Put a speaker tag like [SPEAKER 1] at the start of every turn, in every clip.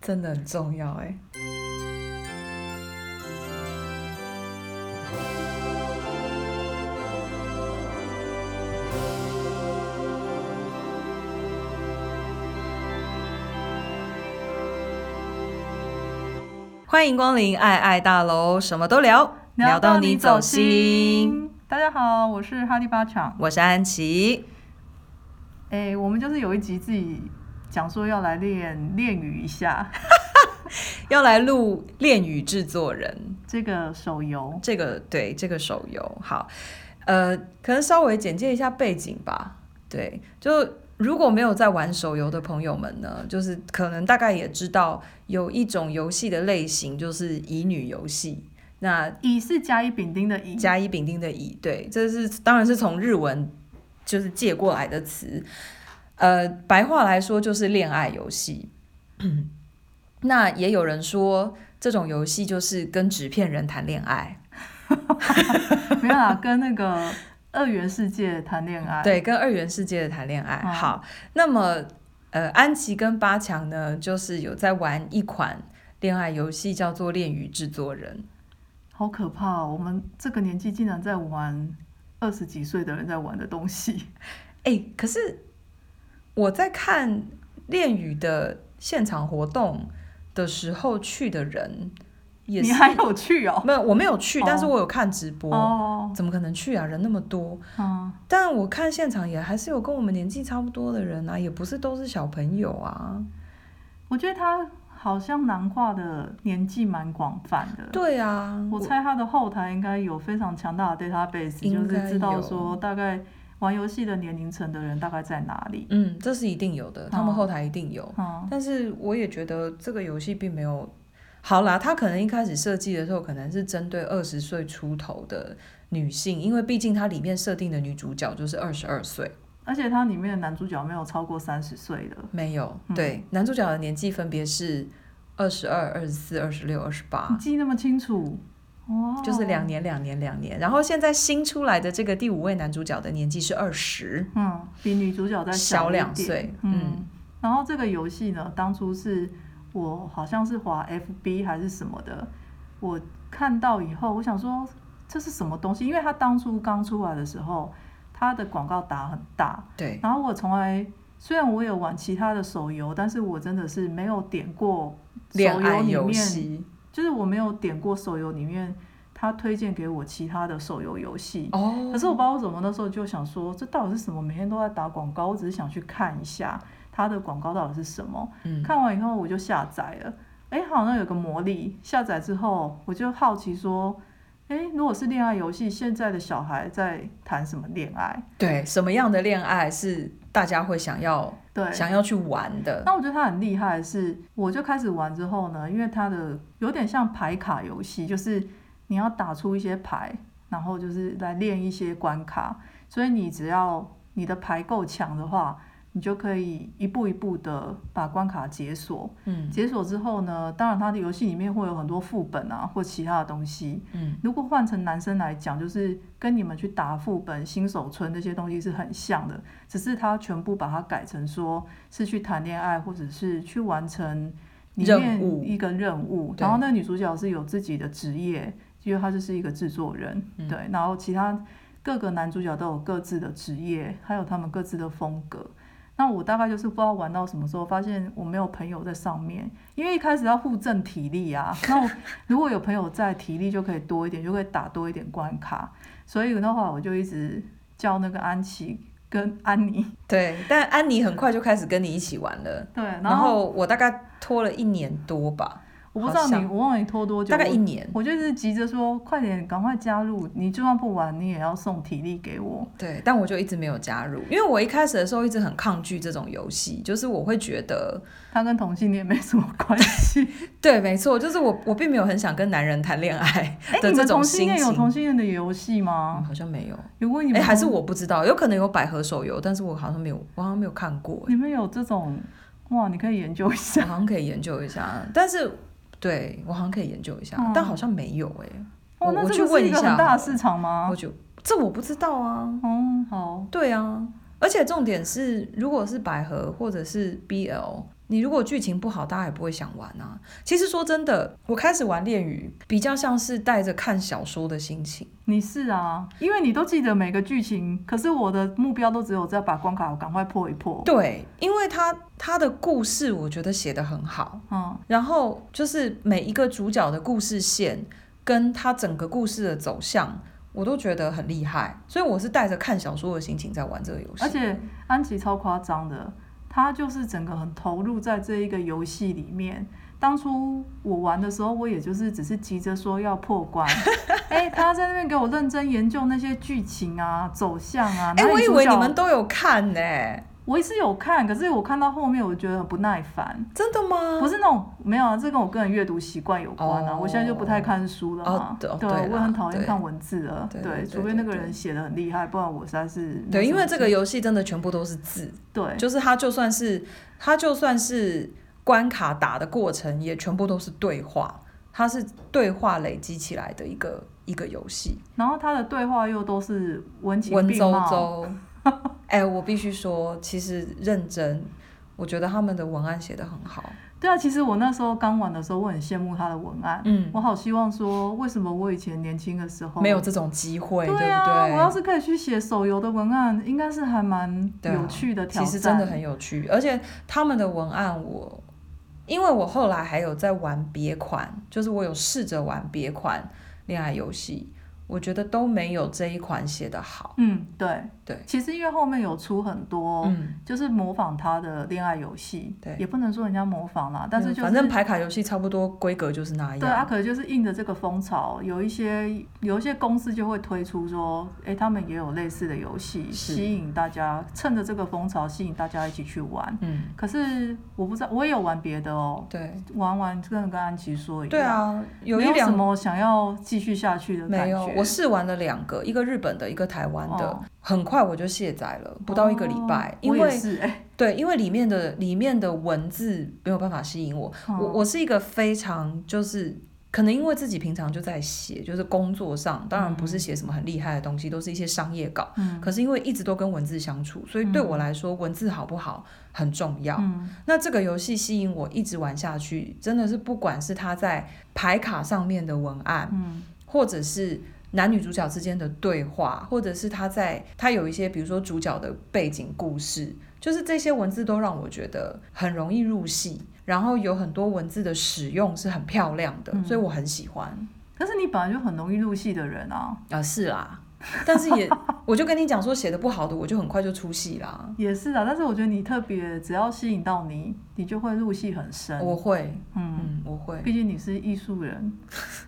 [SPEAKER 1] 真的很重要哎、欢迎光临爱爱大楼，什么都聊，聊到你走心。。
[SPEAKER 2] 大家好，我是哈利巴强。
[SPEAKER 1] 我是安琪，
[SPEAKER 2] 哎、我们就是有一集自己讲说要来练练语一下
[SPEAKER 1] 要来录《恋与制作人》。
[SPEAKER 2] 这个手游。
[SPEAKER 1] 这个对这个手游好，呃，可能稍微简介一下背景吧。对，就如果没有在玩手游的朋友们呢，就是可能大概也知道有一种游戏的类型就是乙女游戏。那
[SPEAKER 2] 乙是甲乙丙丁的乙，
[SPEAKER 1] 甲乙丙丁的乙，对，这是当然是从日文就是借过来的词，呃，白话来说就是恋爱游戏。 那也有人说这种游戏就是跟纸片人谈恋爱，
[SPEAKER 2] 没有啦，跟那个二元世界谈恋爱。，
[SPEAKER 1] 对，跟二元世界的谈恋爱。
[SPEAKER 2] 嗯
[SPEAKER 1] 好，那么呃，安琪跟八强呢，就是有在玩一款恋爱游戏，叫做《恋与制作人
[SPEAKER 2] 好可怕、哦！我们这个年纪竟然在玩二十几岁的人在玩的东西。》。
[SPEAKER 1] 哎，可是我在看恋与的现场活动的时候去的人也
[SPEAKER 2] 你
[SPEAKER 1] 是。
[SPEAKER 2] 还有趣哦？
[SPEAKER 1] 没有，我没有去，但是
[SPEAKER 2] 哦
[SPEAKER 1] 我有看直播。
[SPEAKER 2] 哦，
[SPEAKER 1] 怎么可能去啊？人那么多，
[SPEAKER 2] 嗯，
[SPEAKER 1] 但我看现场也还是有跟我们年纪差不多的人啊，也不是都是小朋友啊。
[SPEAKER 2] 我觉得他好像南跨的年纪蛮广泛的。
[SPEAKER 1] 对啊，
[SPEAKER 2] 我猜他的后台应该有非常强大的 database，就
[SPEAKER 1] 应该
[SPEAKER 2] 是知道
[SPEAKER 1] 有
[SPEAKER 2] 说大概玩游戏的年龄层的人大概在哪里。
[SPEAKER 1] 嗯，这是一定有的，
[SPEAKER 2] 哦
[SPEAKER 1] 他们后台一定有。
[SPEAKER 2] 嗯，
[SPEAKER 1] 但是我也觉得这个游戏并没有，好啦，它可能一开始设计的时候，可能是针对二十岁出头的女性，因为毕竟它里面设定的女主角就是二十二岁，
[SPEAKER 2] 而且它里面的男主角没有超过三十岁的，
[SPEAKER 1] 没有、
[SPEAKER 2] 嗯
[SPEAKER 1] 对，男主角的年纪分别是二十二、二十四、二十六、二十
[SPEAKER 2] 你
[SPEAKER 1] 八。
[SPEAKER 2] 记那么清楚，哇，哦
[SPEAKER 1] 就是两，年、两年、两年，然后现在新出来的这个第五位男主角的年纪是二十，
[SPEAKER 2] 嗯，比女主角再
[SPEAKER 1] 小
[SPEAKER 2] 一
[SPEAKER 1] 两
[SPEAKER 2] 点
[SPEAKER 1] 岁嗯
[SPEAKER 2] 嗯。然后这个游戏呢，当初是我好像是滑 FB 还是什么的，我看到以后，我想说这是什么东西，因为它当初刚出来的时候，它的广告打很大，
[SPEAKER 1] 对，
[SPEAKER 2] 然后我从来虽然我有玩其他的手游，但是我真的是没有点过手
[SPEAKER 1] 恋爱
[SPEAKER 2] 里
[SPEAKER 1] 游
[SPEAKER 2] 面，
[SPEAKER 1] 戏
[SPEAKER 2] 就是我没有点过手游里面他推荐给我其他的手游游戏。
[SPEAKER 1] 哦
[SPEAKER 2] 可是我不知道为什么那时候就想说，这到底是什么？每天都在打广告，我只是想去看一下它的广告到底是什么。
[SPEAKER 1] 嗯
[SPEAKER 2] 看完以后我就下载了，哎，好像有个魔力。下载之后我就好奇说，哎，如果是恋爱游戏，现在的小孩在谈什么恋爱？
[SPEAKER 1] 对，什么样的恋爱是大家会想要
[SPEAKER 2] 对，
[SPEAKER 1] 想要去玩的？
[SPEAKER 2] 那我觉得他很厉害的是，我就开始玩之后呢，因为他的有点像牌卡游戏，就是你要打出一些牌，然后就是来练一些关卡，所以你只要你的牌够强的话，你就可以一步一步的把关卡解锁。
[SPEAKER 1] 嗯
[SPEAKER 2] 解锁之后呢，当然它的游戏里面会有很多副本啊或其他的东西。
[SPEAKER 1] 嗯，
[SPEAKER 2] 如果换成男生来讲，就是跟你们去打副本、新手村那些东西是很像的，只是他全部把它改成说是去谈恋爱，或者是去完成里
[SPEAKER 1] 任务
[SPEAKER 2] 面一个任务。
[SPEAKER 1] 对
[SPEAKER 2] 然后那女主角是有自己的职业，因为她就是一个制作人，
[SPEAKER 1] 嗯
[SPEAKER 2] 对。然后其他各个男主角都有各自的职业，还有他们各自的风格。那我大概就是不知道玩到什么时候，发现我没有朋友在上面，因为一开始要互赠体力啊。那我如果有朋友在，体力就可以多一点，就可以打多一点关卡。所以的话，我就一直叫那个安琪跟安妮，
[SPEAKER 1] 对。但安妮很快就开始跟你一起玩了，
[SPEAKER 2] 对，
[SPEAKER 1] 然后我大概拖了一年多吧，
[SPEAKER 2] 我不知道
[SPEAKER 1] 好
[SPEAKER 2] 你，
[SPEAKER 1] 像
[SPEAKER 2] 我忘了你拖多久，
[SPEAKER 1] 大概一
[SPEAKER 2] 我
[SPEAKER 1] 年。
[SPEAKER 2] 我就是急着说，快点，赶快加入！你就算不玩，你也要送体力给我。
[SPEAKER 1] 对，但我就一直没有加入，因为我一开始的时候一直很抗拒这种游戏，就是我会觉得，
[SPEAKER 2] 它跟同性恋没什么关系。
[SPEAKER 1] 对，没错，就是我我并没有很想跟男人谈恋爱
[SPEAKER 2] 哎、
[SPEAKER 1] 的
[SPEAKER 2] 你
[SPEAKER 1] 这
[SPEAKER 2] 们
[SPEAKER 1] 种
[SPEAKER 2] 同性
[SPEAKER 1] 心
[SPEAKER 2] 恋有
[SPEAKER 1] 情
[SPEAKER 2] 同。性恋的游戏
[SPEAKER 1] 嗯
[SPEAKER 2] 吗？
[SPEAKER 1] 好像没有，
[SPEAKER 2] 如果你
[SPEAKER 1] 哎，
[SPEAKER 2] 们
[SPEAKER 1] 还是
[SPEAKER 2] 同
[SPEAKER 1] 我不知道，有可能有百合手游，但是我好像没有，我好像没有看过。
[SPEAKER 2] 你们有这种，哇，你可以研究一下。
[SPEAKER 1] 我好像可以研究一下，但是对我好像可以研究一下，
[SPEAKER 2] 嗯
[SPEAKER 1] 但好像没有哎、我
[SPEAKER 2] 哦，那
[SPEAKER 1] 我
[SPEAKER 2] 这
[SPEAKER 1] 去
[SPEAKER 2] 个
[SPEAKER 1] 问
[SPEAKER 2] 是
[SPEAKER 1] 一
[SPEAKER 2] 一个
[SPEAKER 1] 下
[SPEAKER 2] 很大
[SPEAKER 1] 好
[SPEAKER 2] 的市场吗
[SPEAKER 1] 我？就这我不知道啊，
[SPEAKER 2] 嗯，好，
[SPEAKER 1] 对啊，而且重点是，如果是百合或者是 BL，你如果剧情不好，大家也不会想玩啊。其实说真的，我开始玩恋与比较像是带着看小说的心情。
[SPEAKER 2] 你是啊，因为你都记得每个剧情，可是我的目标都只有在把关卡赶快破一破。
[SPEAKER 1] 对，因为他他的故事我觉得写得很好，
[SPEAKER 2] 嗯，
[SPEAKER 1] 然后就是每一个主角的故事线跟他整个故事的走向，我都觉得很厉害，所以我是带着看小说的心情在玩这个游戏。
[SPEAKER 2] 而且安琪超夸张的，她就是整个很投入在这一个游戏里面。当初我玩的时候，我也就是只是急着说要破 关，哎、她在那边给我认真研究那些剧情啊、走向啊。
[SPEAKER 1] 哎、
[SPEAKER 2] 哪里
[SPEAKER 1] 我以
[SPEAKER 2] 主
[SPEAKER 1] 为你
[SPEAKER 2] 角
[SPEAKER 1] 们都有看呢、
[SPEAKER 2] 我是有看，可是我看到后面我觉得很不耐烦，
[SPEAKER 1] 真的吗？
[SPEAKER 2] 不是那种没有啊，这跟我个人阅读习惯有关啊。
[SPEAKER 1] 嗯哦
[SPEAKER 2] 我现在就不太看书了嘛
[SPEAKER 1] 哦，对哦
[SPEAKER 2] 对啊
[SPEAKER 1] 对啦
[SPEAKER 2] 我很讨厌
[SPEAKER 1] 对
[SPEAKER 2] 看文字了，
[SPEAKER 1] 对对对
[SPEAKER 2] 除非那个
[SPEAKER 1] 对对
[SPEAKER 2] 人写的很厉害，不然我实在是
[SPEAKER 1] 对，因为这个
[SPEAKER 2] 有
[SPEAKER 1] 游戏真的全部都是字，
[SPEAKER 2] 对
[SPEAKER 1] 就是它就算是它就算是关卡打的过程，也全部都是对话，它是对话累积起来的一个一个游戏，
[SPEAKER 2] 然后他的对话又都是文情
[SPEAKER 1] 文
[SPEAKER 2] 并
[SPEAKER 1] 绉
[SPEAKER 2] 茂，
[SPEAKER 1] 绉。 哎、我必须说，其实认真，我觉得他们的文案写得很好。
[SPEAKER 2] 对啊，其实我那时候刚玩的时候，我很羡慕他的文案，
[SPEAKER 1] 嗯，
[SPEAKER 2] 我好希望说，为什么我以前年轻的时候
[SPEAKER 1] 没有这种机会，对
[SPEAKER 2] 对啊，我要
[SPEAKER 1] 不对？
[SPEAKER 2] 是可以去写手游的文案，应该是还蛮
[SPEAKER 1] 对啊
[SPEAKER 2] 有趣的挑
[SPEAKER 1] 其
[SPEAKER 2] 战，
[SPEAKER 1] 实真的很有趣，而且他们的文案我，因为我后来还有在玩别款，就是我有试着玩别款恋爱游戏，我觉得都没有这一款写得好。
[SPEAKER 2] 嗯，对
[SPEAKER 1] 对，
[SPEAKER 2] 其实因为后面有出很多。
[SPEAKER 1] 嗯，
[SPEAKER 2] 就是模仿他的恋爱游戏，
[SPEAKER 1] 对
[SPEAKER 2] 也不能说人家模仿啦，啊但是就是
[SPEAKER 1] 嗯反正牌卡游戏差不多规格就是那样。
[SPEAKER 2] 对啊，可能就是应着这个风潮，有一些有一些公司就会推出说，哎、他们也有类似的游戏，
[SPEAKER 1] 是
[SPEAKER 2] 吸引大家，趁着这个风潮吸引大家一起去玩。
[SPEAKER 1] 嗯，
[SPEAKER 2] 可是我不知道，我也有玩别的哦，
[SPEAKER 1] 对，
[SPEAKER 2] 玩完真的跟安琪说一样，
[SPEAKER 1] 对，啊，有
[SPEAKER 2] 没
[SPEAKER 1] 一
[SPEAKER 2] 有什
[SPEAKER 1] 两
[SPEAKER 2] 么想要继续下去的感
[SPEAKER 1] 没
[SPEAKER 2] 觉。
[SPEAKER 1] 有，我试玩了两个，一个日本的，一个台湾的，
[SPEAKER 2] 哦
[SPEAKER 1] 很快我就卸载了，不到一个礼拜，
[SPEAKER 2] 哦
[SPEAKER 1] 因
[SPEAKER 2] 我也
[SPEAKER 1] 为
[SPEAKER 2] 是哎、
[SPEAKER 1] 对，因为里面的里面的文字没有办法吸引我， 我
[SPEAKER 2] 哦
[SPEAKER 1] 我是一个非常就是。可能因为自己平常就在写，就是工作上，当然不是写什么很厉害的东西，都是一些商业稿。
[SPEAKER 2] 嗯
[SPEAKER 1] 可是因为一直都跟文字相处，所以对我来说，文字好不好很重要。
[SPEAKER 2] 嗯
[SPEAKER 1] 那这个游戏吸引我一直玩下去，真的是不管是它在牌卡上面的文案，
[SPEAKER 2] 嗯
[SPEAKER 1] 或者是男女主角之间的对话，或者是他在他有一些，比如说主角的背景故事，就是这些文字都让我觉得很容易入戏，然后有很多文字的使用是很漂亮的，
[SPEAKER 2] 嗯
[SPEAKER 1] 所以我很喜欢。
[SPEAKER 2] 但是你本来就很容易入戏的人啊，
[SPEAKER 1] 啊，是啦，但是也 我就跟你讲说写的不好的，我就很快就出戏啦。
[SPEAKER 2] 也是啊，但是我觉得你特别，只要吸引到你，你就会入戏很深。
[SPEAKER 1] 我会，
[SPEAKER 2] 嗯，
[SPEAKER 1] 嗯，我会，
[SPEAKER 2] 毕竟你是艺 术人，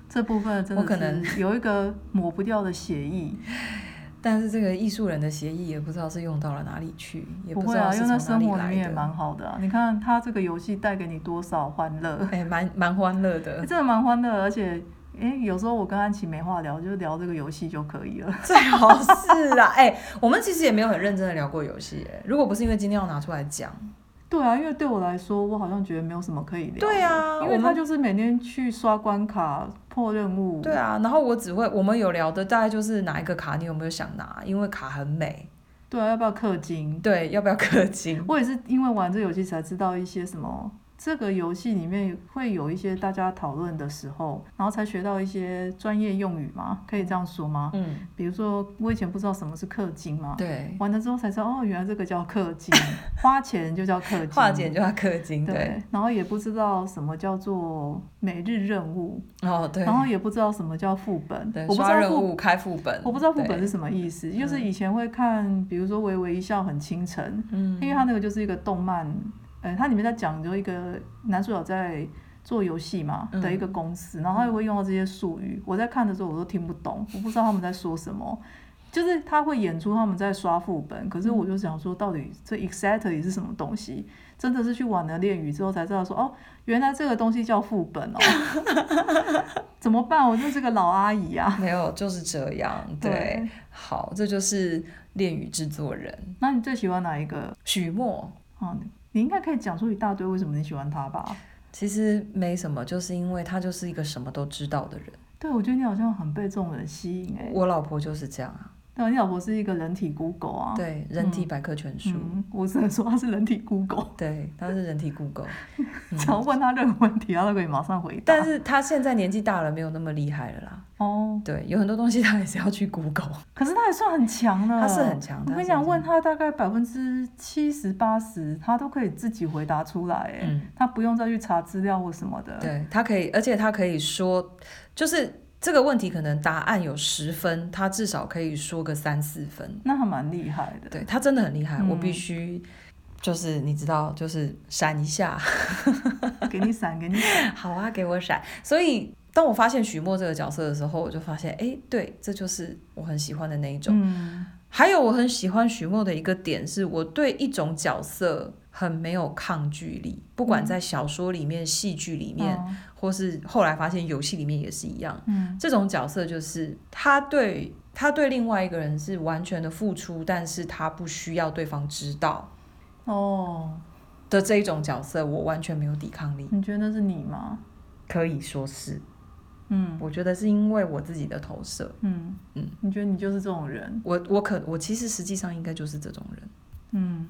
[SPEAKER 2] 这部分真的
[SPEAKER 1] 我可能
[SPEAKER 2] 是有一个抹不掉的写意。
[SPEAKER 1] 但是这个艺术人的协议也不知道是用到了哪里去， 也
[SPEAKER 2] 不
[SPEAKER 1] 不
[SPEAKER 2] 会
[SPEAKER 1] 知道
[SPEAKER 2] 啊，
[SPEAKER 1] 是
[SPEAKER 2] 用
[SPEAKER 1] 从
[SPEAKER 2] 在
[SPEAKER 1] 哪
[SPEAKER 2] 生
[SPEAKER 1] 里
[SPEAKER 2] 活里面也
[SPEAKER 1] 来
[SPEAKER 2] 蛮
[SPEAKER 1] 的。
[SPEAKER 2] 好的啊、你看他这个游戏带给你多少欢 乐，
[SPEAKER 1] 哎、蛮蛮欢乐的
[SPEAKER 2] 欸。真的蛮欢乐，而且。哎、有时候我跟安琪没话聊，就聊这个游戏就可以了。
[SPEAKER 1] 最好是啦，哎、我们其实也没有很认真的聊过游戏，哎，如果不是因为今天要拿出来讲，
[SPEAKER 2] 对啊，因为对我来说，我好像觉得没有什么可以聊的。
[SPEAKER 1] 对啊
[SPEAKER 2] 因
[SPEAKER 1] 我
[SPEAKER 2] 为
[SPEAKER 1] 们
[SPEAKER 2] 他就是每天去刷关卡、破任务。
[SPEAKER 1] 对啊，然后我只会我们有聊的大概就是哪一个卡你有没有想拿，因为卡很美，
[SPEAKER 2] 对啊，要不要氪金？
[SPEAKER 1] 对，要不要氪金？
[SPEAKER 2] 我也是因为玩这游戏才知道一些什么，这个游戏里面会有一些大家讨论的时候，然后才学到一些专业用语嘛，可以这样说吗？
[SPEAKER 1] 嗯，
[SPEAKER 2] 比如说我以前不知道什么是氪金嘛，
[SPEAKER 1] 对，
[SPEAKER 2] 玩了之后才知道哦，原来这个叫 氪金，花钱就叫氪金，
[SPEAKER 1] 化解就要氪金，对，
[SPEAKER 2] 对，然后也不知道什么叫做每日任务，
[SPEAKER 1] 哦对
[SPEAKER 2] 然，后也不知道什么叫副本，
[SPEAKER 1] 对，
[SPEAKER 2] 我不知
[SPEAKER 1] 刷
[SPEAKER 2] 道
[SPEAKER 1] 任
[SPEAKER 2] 副
[SPEAKER 1] 务开副本，
[SPEAKER 2] 我不知道副本
[SPEAKER 1] 对，
[SPEAKER 2] 是什么意思，就是以前会看，比如说《微微一笑很倾城》，
[SPEAKER 1] 嗯，
[SPEAKER 2] 因为它那个就是一个动漫，呃，它里面在讲就一个男主角在做游戏嘛
[SPEAKER 1] 嗯
[SPEAKER 2] 的一个公司，然后他也会用到这些术语，我在看的时候我都听不懂，我不知道他们在说什么。就是他会演出他们在刷副本，可是我就想说，到底这 exactly 是什么东西？真的是去玩了恋语之后才知道说，哦，原来这个东西叫副本 哦，怎么办？我就是个老阿姨啊。
[SPEAKER 1] 没有就是这样，对，好，这就是恋与制作人
[SPEAKER 2] 那你最喜欢哪一个？
[SPEAKER 1] 许墨，
[SPEAKER 2] 嗯，你应该可以讲出一大堆为什么你喜欢他吧？
[SPEAKER 1] 其实没什么，就是因为他就是一个什么都知道的人，
[SPEAKER 2] 对，我觉得你好像很被这种人吸引哎、
[SPEAKER 1] 我老婆就是这样啊。
[SPEAKER 2] 对啊，你老婆是一个人体 Google 啊。
[SPEAKER 1] 对，人体百科全书，
[SPEAKER 2] 嗯，我只能说她是人体 Google，
[SPEAKER 1] 对，他是人体 Google，
[SPEAKER 2] 嗯只要问她任何问题，她都可以马上回答。
[SPEAKER 1] 嗯但是他现在年纪大了，没有那么厉害了啦。
[SPEAKER 2] 哦，
[SPEAKER 1] 对，有很多东西他还是要去 Google。
[SPEAKER 2] 可是她也算很强了。
[SPEAKER 1] 她是很强
[SPEAKER 2] 嗯我
[SPEAKER 1] 她
[SPEAKER 2] 跟你
[SPEAKER 1] 是
[SPEAKER 2] 讲，
[SPEAKER 1] 很
[SPEAKER 2] 问她大概百分之七十八十，她都可以自己回答出来，哎，
[SPEAKER 1] 嗯，
[SPEAKER 2] 她不用再去查资料或什么的。
[SPEAKER 1] 对他可以，而且他可以说，就是这个问题可能答案有十分，他至少可以说个三四分。
[SPEAKER 2] 那还蛮厉害的。
[SPEAKER 1] 对他真的很厉害，我必
[SPEAKER 2] 嗯
[SPEAKER 1] 须。就是你知道，就是闪一下，
[SPEAKER 2] 给你闪，给 你闪。
[SPEAKER 1] 好啊，给我闪。所以当我发现许墨这个角色的时候，我就发现，哎，对，这就是我很喜欢的那一种。
[SPEAKER 2] 嗯，
[SPEAKER 1] 还有我很喜欢许墨的一个点是，我对一种角色很没有抗拒力，不管在小说里面、戏剧里面，
[SPEAKER 2] 嗯
[SPEAKER 1] 或是后来发现游戏里面也是一样。
[SPEAKER 2] 嗯
[SPEAKER 1] 这种角色就是他对他对另外一个人是完全的付出，但是他不需要对方知道
[SPEAKER 2] 哦，
[SPEAKER 1] 的这一种角色，我完全没有抵抗力。
[SPEAKER 2] 你觉得那是你吗？
[SPEAKER 1] 可以说是，
[SPEAKER 2] 嗯
[SPEAKER 1] 我觉得是因为我自己的投射，
[SPEAKER 2] 嗯
[SPEAKER 1] 嗯
[SPEAKER 2] 嗯，你觉得你就是这种人？
[SPEAKER 1] 我我可我其实实际上应该就是这种人。
[SPEAKER 2] 嗯，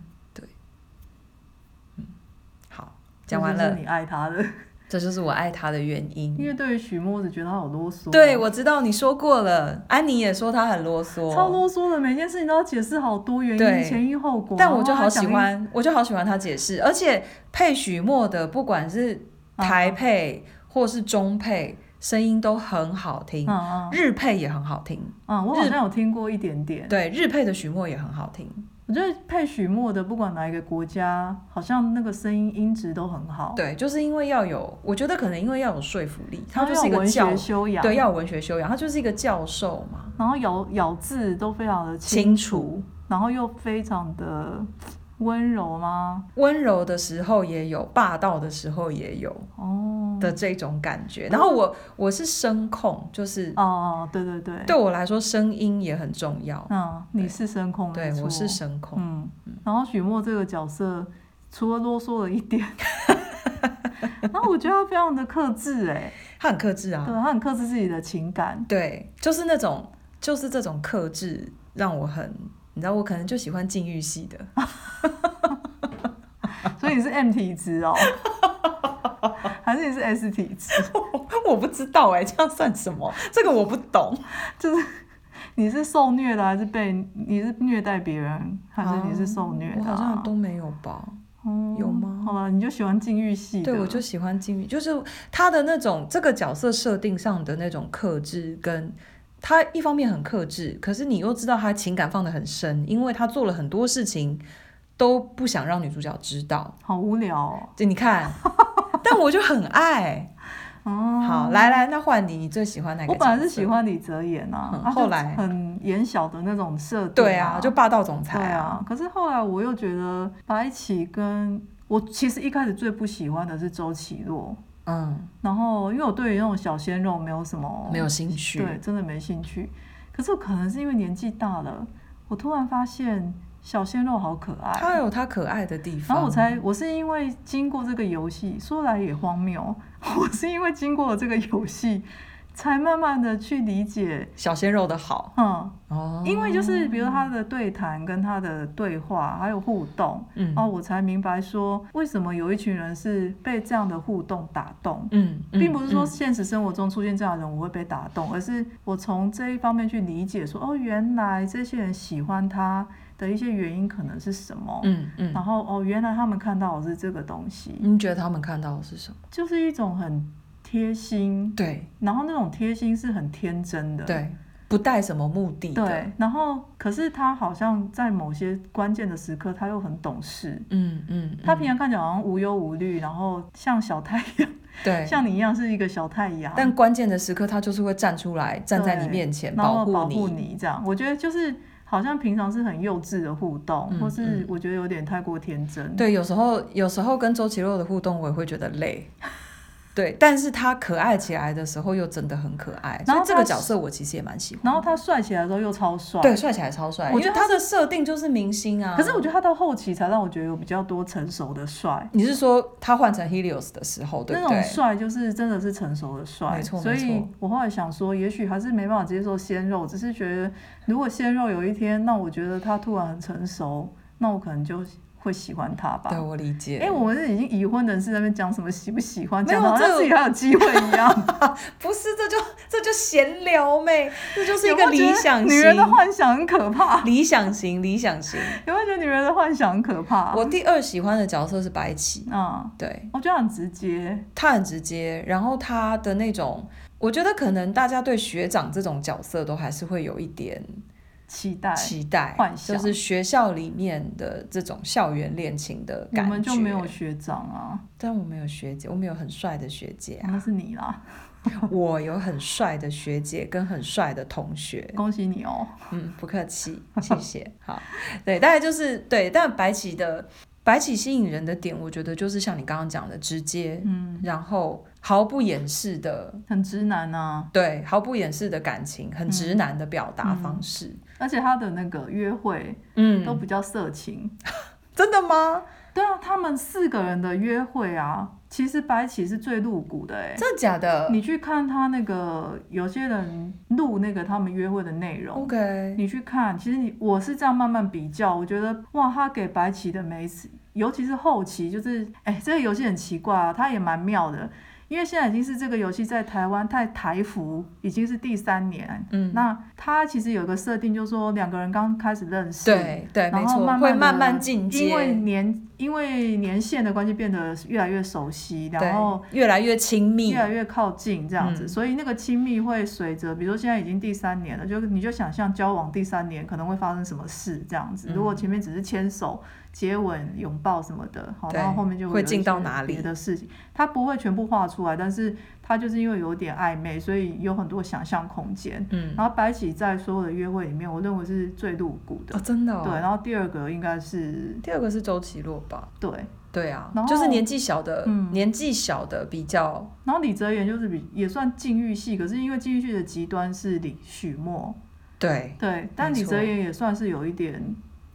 [SPEAKER 1] 好，讲完
[SPEAKER 2] 这
[SPEAKER 1] 了嗯
[SPEAKER 2] 就是，你爱他的，
[SPEAKER 1] 这就是我爱他的原因。
[SPEAKER 2] 因为对于许墨，我只觉得他好啰嗦，哦
[SPEAKER 1] 对，，我知道你说过了，安妮也说她很啰嗦，
[SPEAKER 2] 超啰嗦的，每件事情都要解释好多原
[SPEAKER 1] 对
[SPEAKER 2] 因、前因后果。
[SPEAKER 1] 但我就好喜
[SPEAKER 2] 然后他讲
[SPEAKER 1] 欢，我就好喜欢她解释，而且配许墨的，不管是
[SPEAKER 2] 嗯
[SPEAKER 1] 台配或是中配，声音都很好
[SPEAKER 2] 一，
[SPEAKER 1] 听，
[SPEAKER 2] 嗯嗯
[SPEAKER 1] 日配也很好听，
[SPEAKER 2] 嗯，我好像有听过一点点。
[SPEAKER 1] 对，日配的许墨也很好听，
[SPEAKER 2] 我觉得配许墨的，不管哪一个国家，好像那个声音音质都很好，
[SPEAKER 1] 对，就是因为要有，我觉得可能因为要有说服力，他
[SPEAKER 2] 然后
[SPEAKER 1] 就
[SPEAKER 2] 要
[SPEAKER 1] 是一
[SPEAKER 2] 有
[SPEAKER 1] 个
[SPEAKER 2] 文
[SPEAKER 1] 教
[SPEAKER 2] 学，修养，
[SPEAKER 1] 对，要有文学修养，他就是一个教授嘛，
[SPEAKER 2] 然后咬咬字都非常的
[SPEAKER 1] 清
[SPEAKER 2] 清
[SPEAKER 1] 楚，
[SPEAKER 2] 然后又非常的温柔吗？
[SPEAKER 1] 温柔的时候也有，霸道的时候也有，
[SPEAKER 2] 哦，
[SPEAKER 1] 的这种感觉。然后我我是声控，就是
[SPEAKER 2] 哦，对对对，
[SPEAKER 1] 对我来说声音也很重要。
[SPEAKER 2] 嗯，你是声控，没
[SPEAKER 1] 对，我
[SPEAKER 2] 错
[SPEAKER 1] 是声控，
[SPEAKER 2] 嗯，然后许墨这个角色，除了啰嗦了一点， 然后我觉得他非常的克制，哎，
[SPEAKER 1] 他很克制
[SPEAKER 2] 对，
[SPEAKER 1] 啊。
[SPEAKER 2] 他很克制自己的情感，
[SPEAKER 1] 对，就是那种就是这种克制让我很，你知道我可能就喜欢禁欲系的，
[SPEAKER 2] 所以你是 M 体质哦， 还是你是 S 体质？
[SPEAKER 1] 我不知道哎、这样算什么？这个我不懂。
[SPEAKER 2] 你是受虐的还是被你是虐待别人，还是你是受虐
[SPEAKER 1] 我
[SPEAKER 2] 的、
[SPEAKER 1] 好
[SPEAKER 2] 啊
[SPEAKER 1] 像都没有吧？
[SPEAKER 2] 哦
[SPEAKER 1] 有吗
[SPEAKER 2] 好吧，你就喜欢禁欲系的，
[SPEAKER 1] 对，我就喜欢禁欲，就是他的那种这个角色设定上的那种克制跟。他一方面很克制，可是你又知道他情感放得很深，因为他做了很多事情都不想让女主角知道。
[SPEAKER 2] 好无聊、哦。
[SPEAKER 1] 就你看，但我就很爱。
[SPEAKER 2] 嗯
[SPEAKER 1] 好，来来，那换你，你最喜欢哪个
[SPEAKER 2] 我
[SPEAKER 1] 角色？
[SPEAKER 2] 本来是喜欢李泽言啊，
[SPEAKER 1] 嗯
[SPEAKER 2] 他就
[SPEAKER 1] 后来
[SPEAKER 2] 很眼小的那种设定、
[SPEAKER 1] 对啊，就霸道总
[SPEAKER 2] 对
[SPEAKER 1] 裁啊。
[SPEAKER 2] 啊。可是后来我又觉得白起跟我其实一开始最不喜欢的是周启洛，
[SPEAKER 1] 嗯，
[SPEAKER 2] 然后因为我对于那种小鲜肉没有什么
[SPEAKER 1] 没有兴趣。
[SPEAKER 2] 对，真的没兴趣。可是可能是因为年纪大了，我突然发现小鲜肉好可爱。
[SPEAKER 1] 他有他可爱的地方。
[SPEAKER 2] 然后我才，我是因为经过这个游戏，说来也荒谬， 我是因为经过了这个游戏，才慢慢的去理解，
[SPEAKER 1] 小鲜肉的好
[SPEAKER 2] 嗯，
[SPEAKER 1] 哦，
[SPEAKER 2] 因为就是比如他的对谈跟他的对话，还有互动，
[SPEAKER 1] 嗯
[SPEAKER 2] 哦，我才明白说为什么有一群人是被这样的互动打动。
[SPEAKER 1] 嗯，嗯
[SPEAKER 2] 并不是说
[SPEAKER 1] 嗯
[SPEAKER 2] 现实生活中出现这样的人我会被打动，而是我从这一方面去理解说，哦，原来这些人喜欢他的一些原因可能是什么，
[SPEAKER 1] 嗯嗯，
[SPEAKER 2] 然后哦，原来他们看到的是这个东西，
[SPEAKER 1] 你觉得他们看到的是什么？
[SPEAKER 2] 就是一种很贴心，
[SPEAKER 1] 对
[SPEAKER 2] 然后那种贴心是很天真的，
[SPEAKER 1] 对，不带什么目的的。
[SPEAKER 2] 对，然后可是他好像在某些关键的时刻，他又很懂事。
[SPEAKER 1] 嗯嗯，
[SPEAKER 2] 他
[SPEAKER 1] 嗯
[SPEAKER 2] 平常看起来好像无忧无虑，然后像小太阳，
[SPEAKER 1] 对，
[SPEAKER 2] 像你一样是一个小太阳，
[SPEAKER 1] 但关键的时刻他就是会站出来，站在你
[SPEAKER 2] 对
[SPEAKER 1] 面前
[SPEAKER 2] 然后
[SPEAKER 1] 护
[SPEAKER 2] 保护你这样。我觉得就是好像平常是很幼稚的互动，
[SPEAKER 1] 嗯
[SPEAKER 2] 或是我觉得有点太过天真。
[SPEAKER 1] 对，有时候有时候跟周奇洛的互动，我也会觉得累。对，但是他可爱起来的时候又真的很可爱，
[SPEAKER 2] 然
[SPEAKER 1] 所以
[SPEAKER 2] 后
[SPEAKER 1] 这个
[SPEAKER 2] 他
[SPEAKER 1] 角色我其实也蛮喜欢。
[SPEAKER 2] 然后他帅起来的时候又超帅，
[SPEAKER 1] 对，帅起来超帅，
[SPEAKER 2] 我
[SPEAKER 1] 因
[SPEAKER 2] 觉
[SPEAKER 1] 为
[SPEAKER 2] 得
[SPEAKER 1] 他的设定就是明星啊。
[SPEAKER 2] 可是我觉得他到后期才让我觉得有比较多成熟的帅，
[SPEAKER 1] 你是说他换成 Helios 的时候，对
[SPEAKER 2] 那
[SPEAKER 1] 不
[SPEAKER 2] 种
[SPEAKER 1] 对？
[SPEAKER 2] 帅就是真的是成熟的帅，
[SPEAKER 1] 没错
[SPEAKER 2] 所
[SPEAKER 1] 没
[SPEAKER 2] 以
[SPEAKER 1] 错
[SPEAKER 2] 我后来想说，也许还是没办法接受鲜肉，只是觉得如果鲜肉有一天，那我觉得他突然很成熟，那我可能就会喜欢他吧
[SPEAKER 1] 对，。我理解。
[SPEAKER 2] 哎、我们是已经已婚人士在那边讲什么喜不喜欢，
[SPEAKER 1] 没有
[SPEAKER 2] 讲的好
[SPEAKER 1] 这
[SPEAKER 2] 像自己还有机会一样，
[SPEAKER 1] 不是，这就 这就闲聊妹，这就是一
[SPEAKER 2] 有
[SPEAKER 1] 个
[SPEAKER 2] 没有觉
[SPEAKER 1] 理
[SPEAKER 2] 得
[SPEAKER 1] 想型
[SPEAKER 2] 女人的幻想很可怕，
[SPEAKER 1] 理想型，理想型。
[SPEAKER 2] 有没有觉得女人的幻想很可怕？
[SPEAKER 1] 我第二喜欢的角色是白起，
[SPEAKER 2] 嗯，
[SPEAKER 1] 对
[SPEAKER 2] 我觉得很直接，
[SPEAKER 1] 他很直接，然后他的那种，我觉得可能大家对学长这种角色都还是会有一点
[SPEAKER 2] 期待。
[SPEAKER 1] 期待，
[SPEAKER 2] 幻
[SPEAKER 1] 就
[SPEAKER 2] 想
[SPEAKER 1] 是学校里面的这种校园恋情的
[SPEAKER 2] 我
[SPEAKER 1] 感觉。
[SPEAKER 2] 们就没有，学长啊，
[SPEAKER 1] 但我们有学姐，我们有很帅的学姐啊，
[SPEAKER 2] 那是你啦，
[SPEAKER 1] 我有很帅的学姐跟很帅的同学。
[SPEAKER 2] 恭喜你哦。
[SPEAKER 1] 嗯，不客气，谢谢。好，对，大概就是对，但白起的白起吸引人的点，我觉得就是像你刚刚讲的，直接，
[SPEAKER 2] 嗯，
[SPEAKER 1] 然后毫不掩饰的，
[SPEAKER 2] 很直男啊，
[SPEAKER 1] 对，毫不掩饰的感情，很
[SPEAKER 2] 嗯
[SPEAKER 1] 直男的表达方式。
[SPEAKER 2] 而且他的那个约会
[SPEAKER 1] 嗯，
[SPEAKER 2] 都比较色情。
[SPEAKER 1] 真的吗？
[SPEAKER 2] 对啊，他们四个人的约会啊，其实白起是最露骨的哎、
[SPEAKER 1] 真的假的
[SPEAKER 2] 你去看他那个有些人录那个他们约会的内容。
[SPEAKER 1] ？OK，
[SPEAKER 2] 你去看，其实你我是这样慢慢比较，我觉得哇，他给白起的每一次，尤其是后期，就是哎、这个游戏很奇怪啊，它也蛮妙的，因为现在已经是这个游戏在台湾在台服已经是第三年，
[SPEAKER 1] 嗯，
[SPEAKER 2] 那它其实有个设定，就是说两个人刚开始认识，
[SPEAKER 1] 对对，没
[SPEAKER 2] 然
[SPEAKER 1] 错，
[SPEAKER 2] 后慢慢
[SPEAKER 1] 会
[SPEAKER 2] 地
[SPEAKER 1] 慢慢进阶，
[SPEAKER 2] 因为年因为年限的关系变得越来越熟悉，然后
[SPEAKER 1] 对，越来越亲密
[SPEAKER 2] 越，来越靠近这样子，
[SPEAKER 1] 嗯
[SPEAKER 2] 所以那个亲密会随着，比如说现在已经第三年了，就你就想象交往第三年可能会发生什么事这样子。
[SPEAKER 1] 嗯
[SPEAKER 2] 如果前面只是牵手、接吻、拥抱什么的，好，
[SPEAKER 1] 对
[SPEAKER 2] 然后后面就
[SPEAKER 1] 会
[SPEAKER 2] 有一
[SPEAKER 1] 进
[SPEAKER 2] 些
[SPEAKER 1] 到哪里
[SPEAKER 2] 别的事情，它不会全部画出来，但是它就是因为有点暧昧，所以有很多想象空间。
[SPEAKER 1] 嗯，
[SPEAKER 2] 然后白起在所有的约会里面，我认为是最露骨的。
[SPEAKER 1] 哦，真的、哦，
[SPEAKER 2] 对，然后第二个应该是
[SPEAKER 1] 第二个是周奇洛吧？
[SPEAKER 2] 对，
[SPEAKER 1] 对啊
[SPEAKER 2] 然，后
[SPEAKER 1] 就是年纪小的，
[SPEAKER 2] 嗯
[SPEAKER 1] 年纪小的比较，
[SPEAKER 2] 然后李泽言就是比也算禁欲系，可是因为禁欲系的极端是李许墨，
[SPEAKER 1] 对，
[SPEAKER 2] 对，但
[SPEAKER 1] 没
[SPEAKER 2] 李
[SPEAKER 1] 错
[SPEAKER 2] 泽言也算是有一点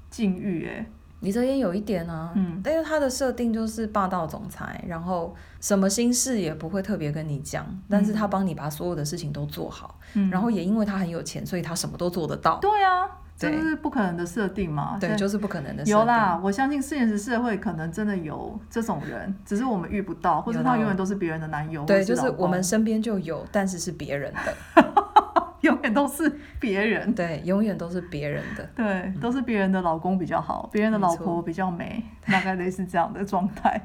[SPEAKER 2] 禁欲哎、
[SPEAKER 1] 李泽言有一点啊，
[SPEAKER 2] 嗯，
[SPEAKER 1] 但是他的设定就是霸道总裁，然后什么心事也不会特别跟你讲，但是他帮你把所有的事情都做好，
[SPEAKER 2] 嗯，
[SPEAKER 1] 然后也因为他很有钱，所以他什么都做得到，
[SPEAKER 2] 对啊，这
[SPEAKER 1] 对
[SPEAKER 2] 就是不可能的设定嘛，
[SPEAKER 1] 对，
[SPEAKER 2] 现在
[SPEAKER 1] 就是不可能的设定。
[SPEAKER 2] 有啦，我相信现实社会可能真的有这种人，只是我们遇不到，或者
[SPEAKER 1] 有啦
[SPEAKER 2] 他永远都是别人的男友，或
[SPEAKER 1] 对，
[SPEAKER 2] 者
[SPEAKER 1] 就是是
[SPEAKER 2] 老
[SPEAKER 1] 我们
[SPEAKER 2] 公
[SPEAKER 1] 身边就有，但是是别人的，
[SPEAKER 2] 永远都是别人，
[SPEAKER 1] 对，永远都是别人的。
[SPEAKER 2] 对，都是别人的老公比较好，别人的
[SPEAKER 1] 没
[SPEAKER 2] 老
[SPEAKER 1] 错
[SPEAKER 2] 婆比较美， 大概类似这样的状 态。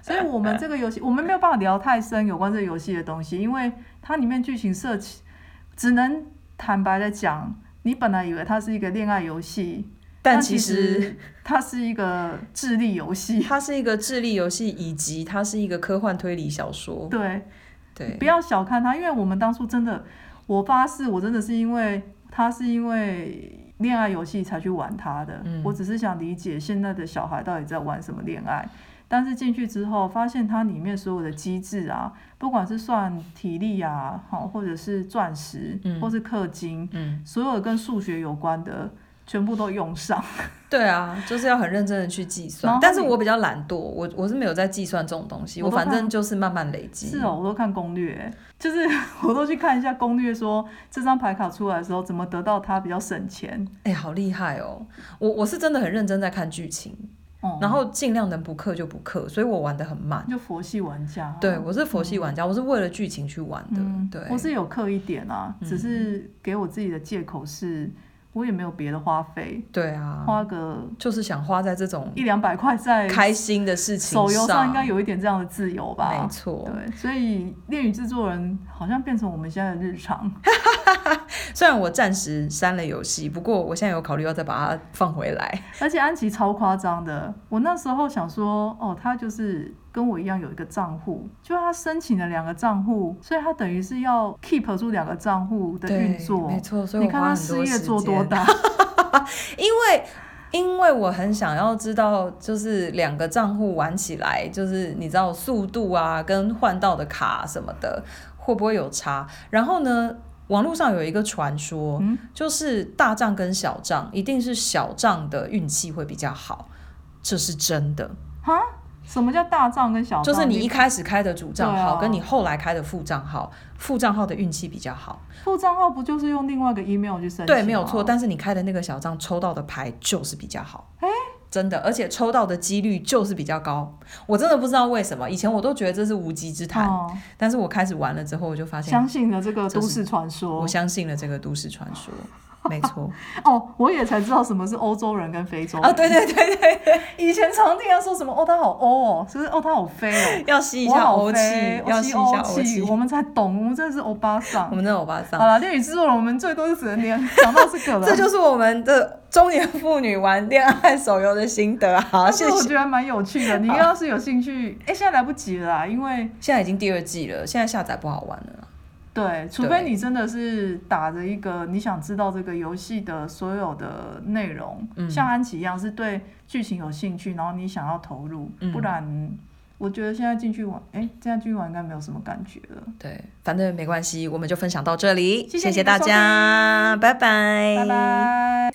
[SPEAKER 2] 所以，我们这个游戏，我们没有办法聊太深有关这个游戏的东西，因为它里面剧情设计，只能坦白的讲，你本来以为它是一个恋爱游戏，
[SPEAKER 1] 但
[SPEAKER 2] 但
[SPEAKER 1] 其
[SPEAKER 2] 其
[SPEAKER 1] 实
[SPEAKER 2] 它是一个智力 游戏。
[SPEAKER 1] 它是一个智力游戏，以及它是一个科幻推理小说。
[SPEAKER 2] 对，
[SPEAKER 1] 对
[SPEAKER 2] 不，要小看它，因为我们当初真的，我发誓，我真的是因为它是因为恋爱游戏才去玩它的。
[SPEAKER 1] 嗯
[SPEAKER 2] 我只是想理解现在的小孩到底在玩什么恋爱。但是进去之后，发现它里面所有的机制啊，不管是算体力啊，好，或者是钻石，
[SPEAKER 1] 嗯
[SPEAKER 2] 或是氪金，
[SPEAKER 1] 嗯，
[SPEAKER 2] 所有跟数学有关的，全部都用上。
[SPEAKER 1] 对啊，就是要很认真的去计
[SPEAKER 2] 然
[SPEAKER 1] 算。
[SPEAKER 2] 后它
[SPEAKER 1] 但是
[SPEAKER 2] 里
[SPEAKER 1] 我比较懒惰，我我是没有在计算这种东西，
[SPEAKER 2] 我
[SPEAKER 1] 我
[SPEAKER 2] 都
[SPEAKER 1] 反
[SPEAKER 2] 看
[SPEAKER 1] 正 就是慢慢累积。
[SPEAKER 2] 是哦，，我都看攻略，就是 我都去看一下攻略说这张牌卡出来的时候怎么得到它比较省钱。
[SPEAKER 1] 哎、好厉害哦！我我是真的很认真在看剧情，
[SPEAKER 2] 哦、
[SPEAKER 1] 然后尽量能不氪就不氪，所以我玩的很慢。
[SPEAKER 2] 就佛系玩家、啊
[SPEAKER 1] 对，我是佛系玩家，我是为了剧情去玩的。
[SPEAKER 2] 哦嗯，
[SPEAKER 1] 对，嗯
[SPEAKER 2] 我是有刻一点啊，只是给我自己的借口是，我也没有别的花费，
[SPEAKER 1] 对啊，
[SPEAKER 2] 花个
[SPEAKER 1] 就是想花在这种
[SPEAKER 2] 一两百块在
[SPEAKER 1] 开心的事情
[SPEAKER 2] 手游上，应该有一点这样的自由
[SPEAKER 1] 没
[SPEAKER 2] 吧。
[SPEAKER 1] 错。
[SPEAKER 2] 对，所以恋与制作人好像变成我们现在的日常。
[SPEAKER 1] 虽然我暂时删了游戏，不过我现在有考虑要再把它放回来。
[SPEAKER 2] 而且安琪超夸张的，我那时候想说，哦，她就是跟我一样有一个账户，就她申请了两个账户，所以她等于是要 keep 住两个账户的运作。
[SPEAKER 1] 没错，所以
[SPEAKER 2] 你
[SPEAKER 1] 我
[SPEAKER 2] 看
[SPEAKER 1] 花
[SPEAKER 2] 她
[SPEAKER 1] 很
[SPEAKER 2] 事
[SPEAKER 1] 多
[SPEAKER 2] 业
[SPEAKER 1] 时
[SPEAKER 2] 做多
[SPEAKER 1] 间。
[SPEAKER 2] 大，
[SPEAKER 1] 因为因为我很想要知道，就是两个账户玩起来，就是你知道速度啊，跟换到的卡什么的会不会有差？然后呢，网络上有一个传说，
[SPEAKER 2] 嗯
[SPEAKER 1] 就是大账跟小账一定是小账的运气会比较好，这是真的。
[SPEAKER 2] 哈，什么叫大账跟小账？
[SPEAKER 1] 就是你一开始开的主账号，
[SPEAKER 2] 哦对啊
[SPEAKER 1] 跟你后来开的副账号，副账号的运气比较好。
[SPEAKER 2] 副账号不就是用另外一个 email 去申请？哦
[SPEAKER 1] 对，没有错。。但是你开的那个小账抽到的牌就是比较好，真的，而且抽到的几率就是比较高。我真的不知道为什么，以前我都觉得这是无稽之谈，
[SPEAKER 2] 哦，
[SPEAKER 1] 但是我开始玩了之后，我就发现
[SPEAKER 2] 相信了这个
[SPEAKER 1] 这
[SPEAKER 2] 都
[SPEAKER 1] 是
[SPEAKER 2] 市传说
[SPEAKER 1] 我。相信了这个都市传 说，没错。
[SPEAKER 2] 哦，我也才知道什么是欧洲人跟非洲人。
[SPEAKER 1] 啊，对对对对，
[SPEAKER 2] 以前常听人说什么哦，他好欧哦，就是哦，他好非 哦，
[SPEAKER 1] 要吸一
[SPEAKER 2] 我
[SPEAKER 1] 下
[SPEAKER 2] 好
[SPEAKER 1] 欧气
[SPEAKER 2] 非，
[SPEAKER 1] 要吸
[SPEAKER 2] 我吸
[SPEAKER 1] 一下
[SPEAKER 2] 欧
[SPEAKER 1] 欧
[SPEAKER 2] 气，
[SPEAKER 1] 气。
[SPEAKER 2] 我们才懂，我们真的是欧巴
[SPEAKER 1] 我
[SPEAKER 2] 桑。
[SPEAKER 1] 们那欧巴
[SPEAKER 2] 好
[SPEAKER 1] 桑，
[SPEAKER 2] 了，恋与制作人，我们最多就只能连讲到这个 了。
[SPEAKER 1] 这就是我们的中年妇女玩恋爱手游的心得 啊！
[SPEAKER 2] 但是
[SPEAKER 1] 谢
[SPEAKER 2] 我
[SPEAKER 1] 谢。
[SPEAKER 2] 觉得蛮有趣的。你要是有兴趣，哎、现在来不及了啦，因为
[SPEAKER 1] 现在已经第二季了，现在下载不好玩了啦。
[SPEAKER 2] 对，除
[SPEAKER 1] 对
[SPEAKER 2] 非你真的是打着一个你想知道这个游戏的所有的内容，
[SPEAKER 1] 嗯
[SPEAKER 2] 像安琪一样是对剧情有兴趣，然后你想要投入，
[SPEAKER 1] 嗯
[SPEAKER 2] 不然我觉得现在进去玩，哎、现在进去玩应该没有什么感觉了。
[SPEAKER 1] 对，反正没关系，我们就分享到这里，
[SPEAKER 2] 谢谢
[SPEAKER 1] 谢
[SPEAKER 2] 你的
[SPEAKER 1] 大
[SPEAKER 2] 收
[SPEAKER 1] 家，拜拜，
[SPEAKER 2] 拜拜。